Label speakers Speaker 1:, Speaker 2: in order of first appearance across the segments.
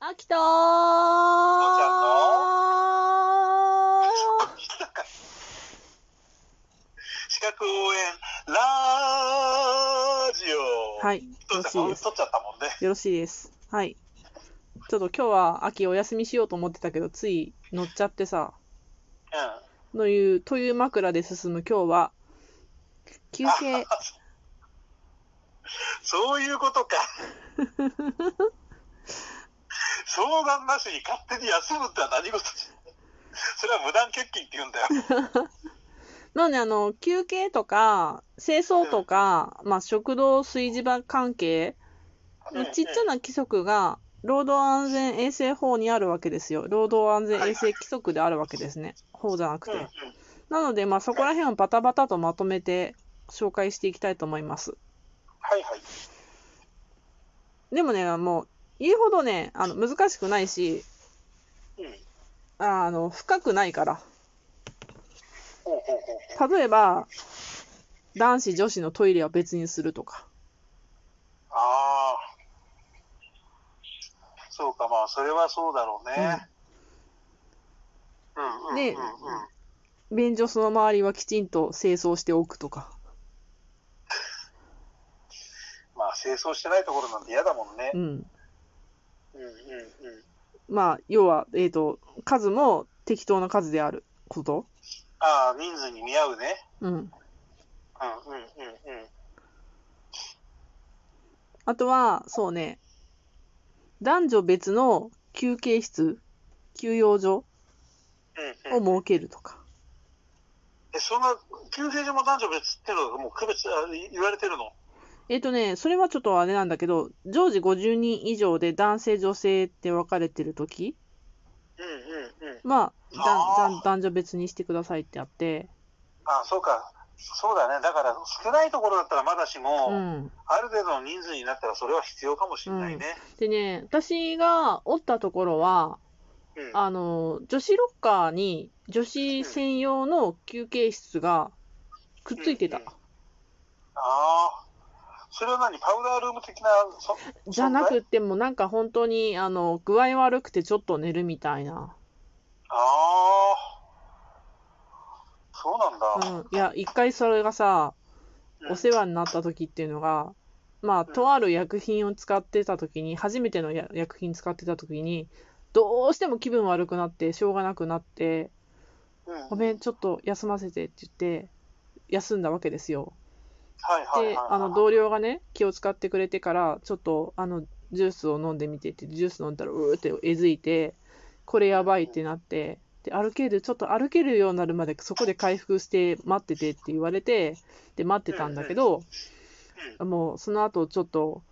Speaker 1: あきとーは
Speaker 2: 視覚応援ラジオ。
Speaker 1: い、よろ
Speaker 2: 取っち
Speaker 1: しい
Speaker 2: ゃ
Speaker 1: で
Speaker 2: っ
Speaker 1: す。
Speaker 2: た取っちゃったもんね。
Speaker 1: よろしいです。はい。ちょっと今日は秋お休みしようと思ってたけど、つい乗っちゃってさ、
Speaker 2: うん。
Speaker 1: のいう、という枕で進む今日は、休憩、
Speaker 2: そういうことか。相談なしに勝手に休むってのは何事じゃそれは無断欠勤って言う んだよ。
Speaker 1: なのであの、休憩とか、清掃とか、まあ食堂、炊事場関係、ちっちゃな規則が、労働安全衛生法にあるわけですよ。労働安全衛生規則であるわけですね。法じゃなく
Speaker 2: うんう
Speaker 1: て
Speaker 2: ん。
Speaker 1: なので、まあ、そこら辺をバタバタとまとめて紹介していきたいと思います。
Speaker 2: はいはい。
Speaker 1: でもね、もう、言うほどね、あの難しくないし、
Speaker 2: うん。
Speaker 1: あの、深くないから。
Speaker 2: ほうほうほう
Speaker 1: 例えば、男子女子のトイレは別にするとか。
Speaker 2: ああ。そうか、まあ、それはそうだろうね。うん、うん、うん。
Speaker 1: ね
Speaker 2: うん
Speaker 1: 便所その周りはきちんと清掃しておくとか。
Speaker 2: まあ、清掃してないところなんて嫌だもんね
Speaker 1: う。ん。
Speaker 2: うん、うん、うん。
Speaker 1: まあ、要は、えっ、と、数も適当な数であること。
Speaker 2: ああ、人数に見合うね。
Speaker 1: うん。
Speaker 2: うん、うん、うん、うん。
Speaker 1: あとは、そうね、男女別の休憩室、休養所
Speaker 2: うん、
Speaker 1: を
Speaker 2: うん。
Speaker 1: 設けるとか。
Speaker 2: え、そんな、休憩所も男女別っていうのがもう区別、あい言われてるの
Speaker 1: えっとね、それはちょっとあれなんだけど、常時50人以上で男性、女性って分かれてるとき、
Speaker 2: うん、うん、うん。
Speaker 1: まあ、だ
Speaker 2: あー
Speaker 1: んだん男女別にしてくださいってあって、
Speaker 2: ああ、そうか。そうだね。だから、少ないところだったらまだしも、
Speaker 1: うん。
Speaker 2: ある程度の人数になったらそれは必要かもしれないね。
Speaker 1: でね、私がおったところは、
Speaker 2: うん。
Speaker 1: あの、女子ロッカーに女子専用の休憩室がくっついてた
Speaker 2: うん。うんああ。それは何パウダールーム的な、そ
Speaker 1: じゃなくっても、なんか本当に、あの、具合悪くてちょっと寝るみたいな。
Speaker 2: ああ。そうなん
Speaker 1: う
Speaker 2: だ。
Speaker 1: ん。いや、一回それがさ、
Speaker 2: うん
Speaker 1: お世話になった時っていうのが、まあ、とある薬品を使ってた時に、初めてのや薬品使ってた時に、どうしても気分悪くなって、しょうがなくなって、
Speaker 2: うん
Speaker 1: ごめん、ちょっと休ませてって言って、休んだわけですよ。
Speaker 2: はいはいはい
Speaker 1: で、
Speaker 2: はい。
Speaker 1: あの、同僚がね、気を使ってくれてから、ちょっと、あの、ジュースを飲んでみてって、ジュース飲んだら、うーってえずいて、これやばいってなって、で、歩ける、ちょっと歩けるようになるまで、そこで回復して待っててって言われて、で、待ってたんだけど、もうその後ちょっと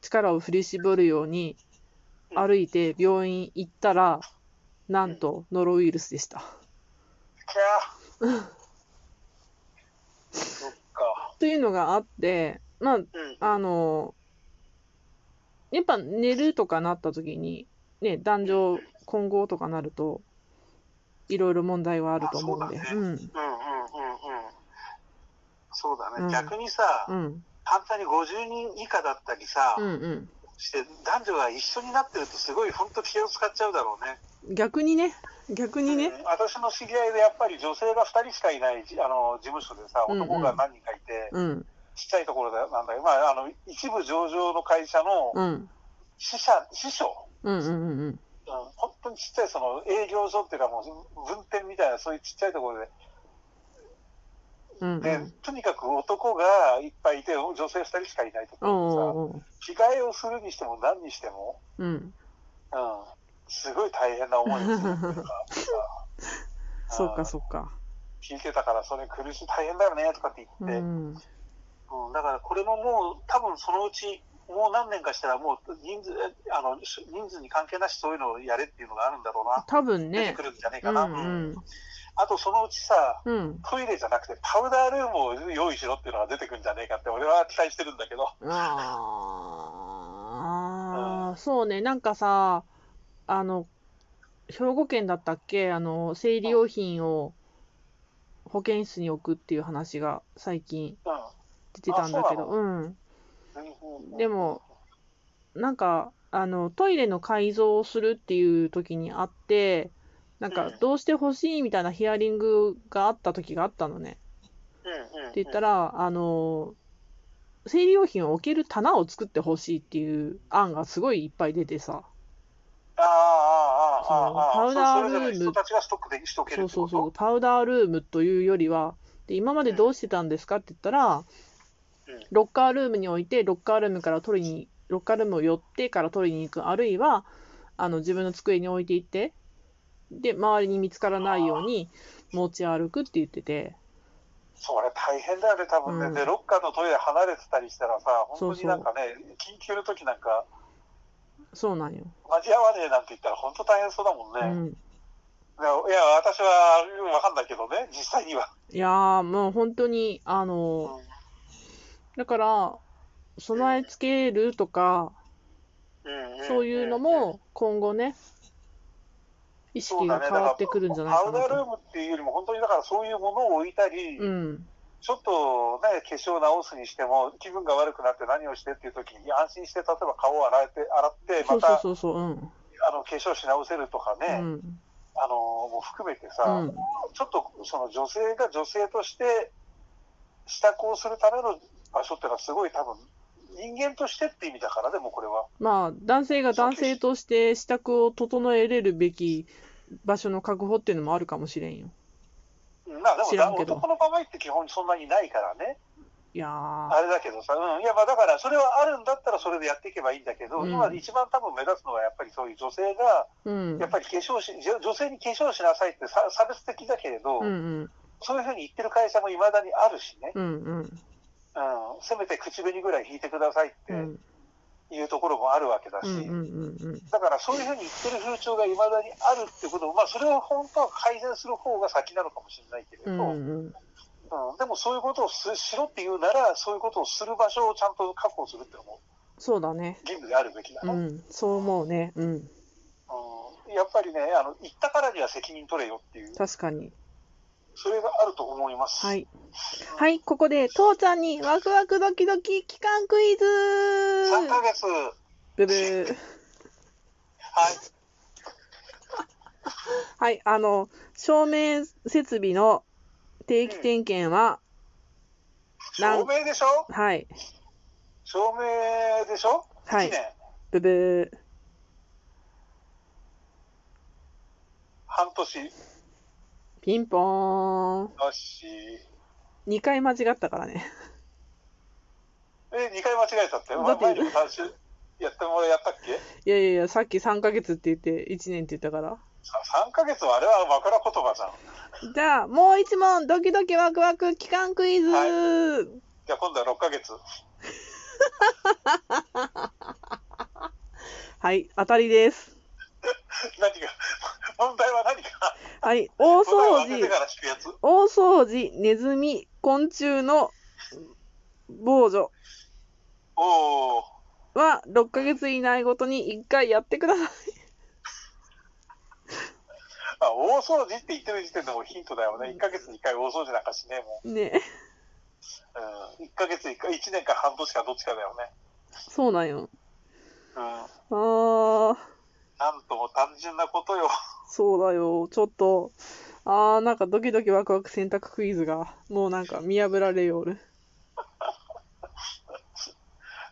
Speaker 1: 力を振り絞るように
Speaker 2: うん
Speaker 1: 歩いて病院行ったら、なんとノロウイルスでした。
Speaker 2: きゃーそっか。
Speaker 1: というのがあって、まあ、
Speaker 2: うん。
Speaker 1: あの、やっぱ寝るとかなった時に、ね、男女混合とかなると、いろいろ問題はあると思うんで。。
Speaker 2: あそううんうんうんうんうん。そうだね。
Speaker 1: うん
Speaker 2: 逆にさ、
Speaker 1: うん。
Speaker 2: 簡単に50人以下だったりさ、
Speaker 1: うん
Speaker 2: して、男女が一緒になってるとすごい本当気を使っちゃうだろうね。
Speaker 1: うん。逆にね、逆にね。
Speaker 2: うん私の知り合いでやっぱり女性が2人しかいないじあの事務所でさ、
Speaker 1: うんうん
Speaker 2: 男が何人かいて、
Speaker 1: うん。
Speaker 2: ちっちゃいところでなんだけど、まあ、あの一部上場の会社の
Speaker 1: うん。
Speaker 2: 支社、支所、
Speaker 1: うんうんうんうん。
Speaker 2: うん本当にちっちゃいその営業所っていうか、もう分店みたいな、そういうちっちゃいところで、
Speaker 1: うんうん。
Speaker 2: でとにかく男がいっぱいいて、女性2人しかいないところ
Speaker 1: おーおーおー
Speaker 2: でさ、着替えをするにしても何にしても、
Speaker 1: うん。、
Speaker 2: うん、すごい大変な思いをするっていうか
Speaker 1: そう
Speaker 2: うん
Speaker 1: かそうか。
Speaker 2: 聞いてたから、それ苦しい、大変だよねとかって
Speaker 1: う
Speaker 2: 言って、
Speaker 1: ん。
Speaker 2: うん、だからこれももう、多分そのうち、もう何年かしたら、もう人数あのし人数に関係なし、そういうのをやれっていうのがあるんだろうな、
Speaker 1: 多分
Speaker 2: 出て
Speaker 1: ね
Speaker 2: く。るんじゃねえ
Speaker 1: う
Speaker 2: かな、
Speaker 1: ん
Speaker 2: あとそのうちさ、
Speaker 1: うん。うん。
Speaker 2: トイレじゃなくて、パウダールームを用意しろっていうのが出てくるんじゃねえかって、俺は期待してるんだけど、
Speaker 1: ああ、そうね。なんかさ、あの、兵庫県だったっけあの、生理用品を保健室に置くっていう話が最近
Speaker 2: うん
Speaker 1: 出てたんだけど。
Speaker 2: あ
Speaker 1: うん。
Speaker 2: うんうんうん、
Speaker 1: でも、なんか、あの、トイレの改造をするっていう時にあって、なんか
Speaker 2: う、ん
Speaker 1: どうしてほしいみたいなヒアリングがあった時があったのね。
Speaker 2: うんうん。
Speaker 1: って言ったら、あの、生理用品を置ける棚を作ってほしいっていう案がすごいいっぱい出てさ、
Speaker 2: ああ、ああ、ああ、あ
Speaker 1: そのパ
Speaker 2: あ。
Speaker 1: ウダー
Speaker 2: それぞれ
Speaker 1: ルーム
Speaker 2: 人たちがストックでしとけ
Speaker 1: そ
Speaker 2: るっ
Speaker 1: う
Speaker 2: て
Speaker 1: そ
Speaker 2: こ
Speaker 1: うそう、
Speaker 2: と
Speaker 1: パウダールームというよりは、で、今までどうしてたんですかって言ったら、ロッカールームに置いて、ロッカールームから取りに、ロッカールームを寄ってから取りに行く、あるいは、あの、自分の机に置いていって、で、周りに見つからないように持ち歩くって言ってて、
Speaker 2: それ大変だよね、多分
Speaker 1: うん
Speaker 2: ね。で、ロッカーのトイレ離れてたりしたらさ、
Speaker 1: そ
Speaker 2: 本
Speaker 1: うそ
Speaker 2: 当
Speaker 1: う
Speaker 2: になんかね、緊急の時なんか、
Speaker 1: そうなんよ。
Speaker 2: 間に合わねえなんて言ったら本当大変そうだもん
Speaker 1: うん。
Speaker 2: ね。いや、いや私はわかんないけどね、実際には。
Speaker 1: いやー、もう本当に、あ
Speaker 2: うん
Speaker 1: の、だから、備え付けるとか、
Speaker 2: うんん
Speaker 1: そういうのも今後ね、意識が変わってくるんじゃない
Speaker 2: パ
Speaker 1: か
Speaker 2: ウダ
Speaker 1: な
Speaker 2: ールー
Speaker 1: と。
Speaker 2: ムっていうよりも、本当にだからそういうものを置いたり、
Speaker 1: うん。
Speaker 2: ちょっとね、化粧直すにしても、気分が悪くなって何をしてっていう時に、安心して、例えば顔を洗って、洗って
Speaker 1: そ
Speaker 2: ま
Speaker 1: うそう
Speaker 2: た
Speaker 1: そうそう、うん。
Speaker 2: あの化粧し直せるとか
Speaker 1: う
Speaker 2: ね、
Speaker 1: ん。
Speaker 2: あのも含めてさ、
Speaker 1: うん。
Speaker 2: ちょっとその女性が女性として、支度をするための場所っていうのは、すごい多分、人間としてって意味だから、でもこれは。
Speaker 1: まあ、男性が男性として支度を整えれるべき場所の確保っていうのもあるかもしれんよ。
Speaker 2: まあでも
Speaker 1: 知らんけど
Speaker 2: 男の場合って基本そんなにないからね。
Speaker 1: いや
Speaker 2: あれだけどさ、うん、いやまあだから、それはあるんだったらそれでやっていけばいいんだけど、
Speaker 1: うん
Speaker 2: 今、一番多分目立つのは、やっぱりそういう女性が、
Speaker 1: ー、うん
Speaker 2: やっ。ぱり化粧し、女女性に化粧しなさいってさ差別的だけれど、
Speaker 1: うんうん。
Speaker 2: そういうふうに言ってる会社もいまだにあるしね、
Speaker 1: うんうん。
Speaker 2: うん、せめて口紅ぐらい引いてくださいっ
Speaker 1: うん。
Speaker 2: ていうところもあるわけだし、
Speaker 1: うんうんうんうん。
Speaker 2: だからそういうふうに言ってる風潮がいまだにあるってことも、まあ、それを本当は改善する方が先なのかもしれないけれ
Speaker 1: う
Speaker 2: ど、
Speaker 1: んうん。
Speaker 2: うんでもそういうことをすしろって言うなら、そういうことをする場所をちゃんと確保するってのも
Speaker 1: そうだね。
Speaker 2: 義務であるべきだ
Speaker 1: う
Speaker 2: な、うん
Speaker 1: ん。そう思うね。うん。
Speaker 2: やっぱりねあの、言ったからには責任取れよっていう、
Speaker 1: 確かに。
Speaker 2: それがあると思います。
Speaker 1: はい。はい、ここで、父ちゃんにワクワクドキドキ期間クイズ
Speaker 2: 3ヶ月、は
Speaker 1: ブブ ー。
Speaker 2: い、
Speaker 1: はい、あの、照明設備の定期点検は、なん
Speaker 2: 証明でしょ
Speaker 1: はい、
Speaker 2: 証明でしょ
Speaker 1: はい
Speaker 2: 1年、
Speaker 1: ブブー。
Speaker 2: 半年、よ
Speaker 1: ピンポーン。
Speaker 2: し。
Speaker 1: 2回間違ったからね。
Speaker 2: え、2回間違えたって、
Speaker 1: だ
Speaker 2: ま
Speaker 1: って
Speaker 2: 前にも3週やってもらやったっけ
Speaker 1: いやいやいや、さっき3ヶ月って言って、1年って言ったから。
Speaker 2: ?3 ヶ月はあれは枕言葉じゃん。
Speaker 1: じゃあ、もう1問、ドキドキワクワク期間クイズ、
Speaker 2: じゃあ今度は6ヶ月。
Speaker 1: はい、当たりです。
Speaker 2: 何が、 問題は何か。
Speaker 1: はい、大
Speaker 2: 答えを
Speaker 1: 掃
Speaker 2: 当てて
Speaker 1: 除
Speaker 2: か。ら聞くやつ。
Speaker 1: 大掃除、ネズミ、昆虫の防除
Speaker 2: おお。
Speaker 1: は6ヶ月以内ごとに1回やってください。
Speaker 2: あ、大掃除って言ってる時点でもうヒントだよね。1ヶ月に1回大掃除なんかしねえも
Speaker 1: ね
Speaker 2: ん。うん。1ヶ月1回、1年か半年かどっちかだよね。
Speaker 1: そうなんよ。
Speaker 2: うん。
Speaker 1: あー、
Speaker 2: なんとも単純なことよ。
Speaker 1: そうだよ。ちょっと、あー、なんかドキドキワクワク選択クイズが、もうなんか見破られよる。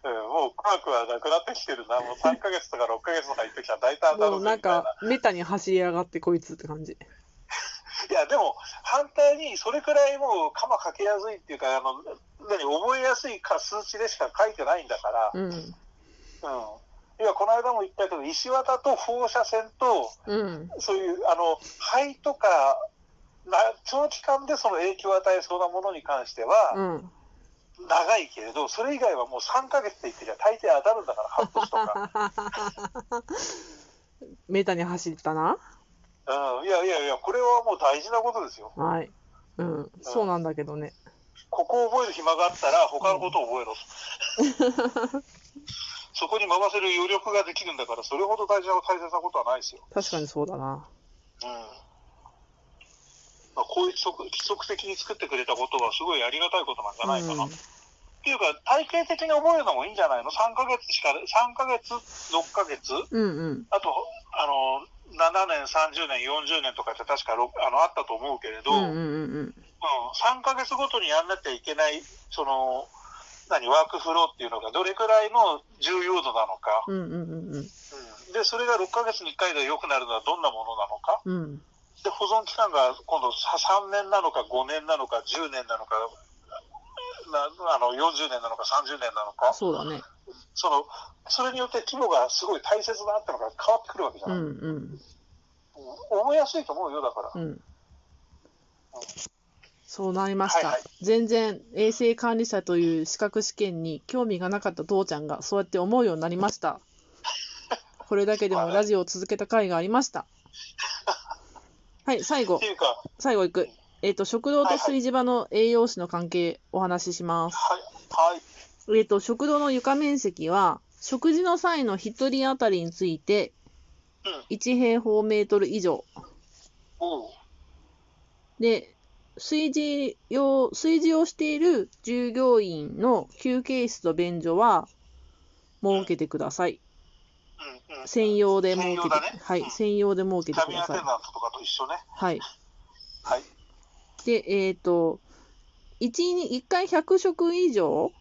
Speaker 2: うん、もう怖くはなくなってきて るな。もう3ヶ月とか6ヶ月とか行ってきたら大体当た
Speaker 1: も
Speaker 2: る
Speaker 1: う
Speaker 2: ぜ
Speaker 1: なん
Speaker 2: みたいな。
Speaker 1: か、メタに走り上がってこいつって感じ。
Speaker 2: いや、でも反対にそれくらいもう鎌かけやすいっていうか、あの、何、覚えやすいか数値でしか書いてないんだから。うん。
Speaker 1: うん。
Speaker 2: いや、この間も言ったけど、石綿と放射線と、
Speaker 1: うん。
Speaker 2: そういう、あの、肺とか、な長期間でその影響を与えそうなものに関して
Speaker 1: う
Speaker 2: は、
Speaker 1: ん。
Speaker 2: 長いけれど、それ以外はもう3ヶ月って言ってりゃ大抵当たるんだから、半年とか。
Speaker 1: メタに走ったな。
Speaker 2: うん、いやいやいや、これはもう大事なことですよ。
Speaker 1: はい。うん。そうなんだけどね。
Speaker 2: ここを覚える暇があったら、他のことを覚えろ。 そこに回せる余力ができるんだから、それほど大事な大切なことはないですよ。
Speaker 1: 確かにそうだな。
Speaker 2: うんまあ、こういう規則規則的に作ってくれたことは、すごいありがたいことなんじゃないかな。
Speaker 1: うん
Speaker 2: っていうか、体系的に覚えるのもいいんじゃないの ?3 ヶ月しか、3ヶ月、6ヶ月、
Speaker 1: うんうん。
Speaker 2: あと、あの、7年、30年、40年とかって確かろあのあったと思うけれど、
Speaker 1: う
Speaker 2: うん
Speaker 1: うん
Speaker 2: ん
Speaker 1: うんうん。
Speaker 2: 3ヶ月ごとにやんなきゃいけない、その、何、ワークフローっていうのがどれくらいの重要度なのか、
Speaker 1: うんうんうんうん。
Speaker 2: うんで、それが6ヶ月に1回で良くなるのはどんなものなのか、
Speaker 1: うん。
Speaker 2: で、保存期間が今度さ3年なのか5年なのか10年なのか、なあの40年なのか30年なのか、
Speaker 1: そうだね。
Speaker 2: その、それによって規模がすごい大切だってのが変わってくるわけじゃ
Speaker 1: う
Speaker 2: ない。
Speaker 1: ん
Speaker 2: うん
Speaker 1: うん
Speaker 2: 覚えやすいと思うよ、だから。
Speaker 1: うん。そうなりました。
Speaker 2: はいはい
Speaker 1: 全然衛生管理者という資格試験に興味がなかった父ちゃんがそうやって思うようになりま した。これだけでもラジオを続けた回がありま した。はい、最後
Speaker 2: って。いうか、
Speaker 1: 最後いく。えっ、と、食堂と炊事場の栄養士の関係お話しします。
Speaker 2: はい、はい、
Speaker 1: えっ、と、食堂の床面積は、食事の際の一人当たりについて
Speaker 2: うん、
Speaker 1: 1平方メートル以上。
Speaker 2: おう、
Speaker 1: で、炊事用、炊事をしている従業員の休憩室と便所は、設けてください。
Speaker 2: うん、うん。
Speaker 1: 専用で設けて、
Speaker 2: 専用だね
Speaker 1: はい、
Speaker 2: うん
Speaker 1: 専用で設けてく
Speaker 2: 旅
Speaker 1: だ
Speaker 2: アテ
Speaker 1: さい
Speaker 2: ナン。トとかと一緒ね。
Speaker 1: はい。
Speaker 2: はい、
Speaker 1: で、えっ、と、1に、1回100食以上、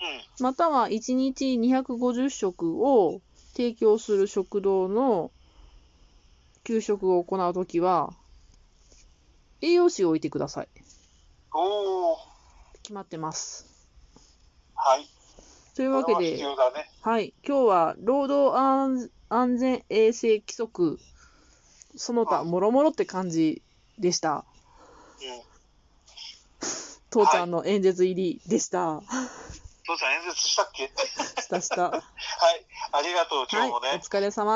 Speaker 2: うん、
Speaker 1: または1日250食を提供する食堂の給食を行うときは、栄養士を置いてください。
Speaker 2: おお、
Speaker 1: 決まってます。
Speaker 2: はい。
Speaker 1: とい
Speaker 2: と
Speaker 1: うわけ
Speaker 2: 必
Speaker 1: で、
Speaker 2: 要だね。
Speaker 1: はい、今日は労働安安全衛生規則、その他もろもろって感じでした。
Speaker 2: うん。
Speaker 1: 父ちゃんの演説入りでした。
Speaker 2: 父ちゃん演説したっけはい、
Speaker 1: したした。はい、
Speaker 2: ありがとう、今日もね。
Speaker 1: お疲れ様。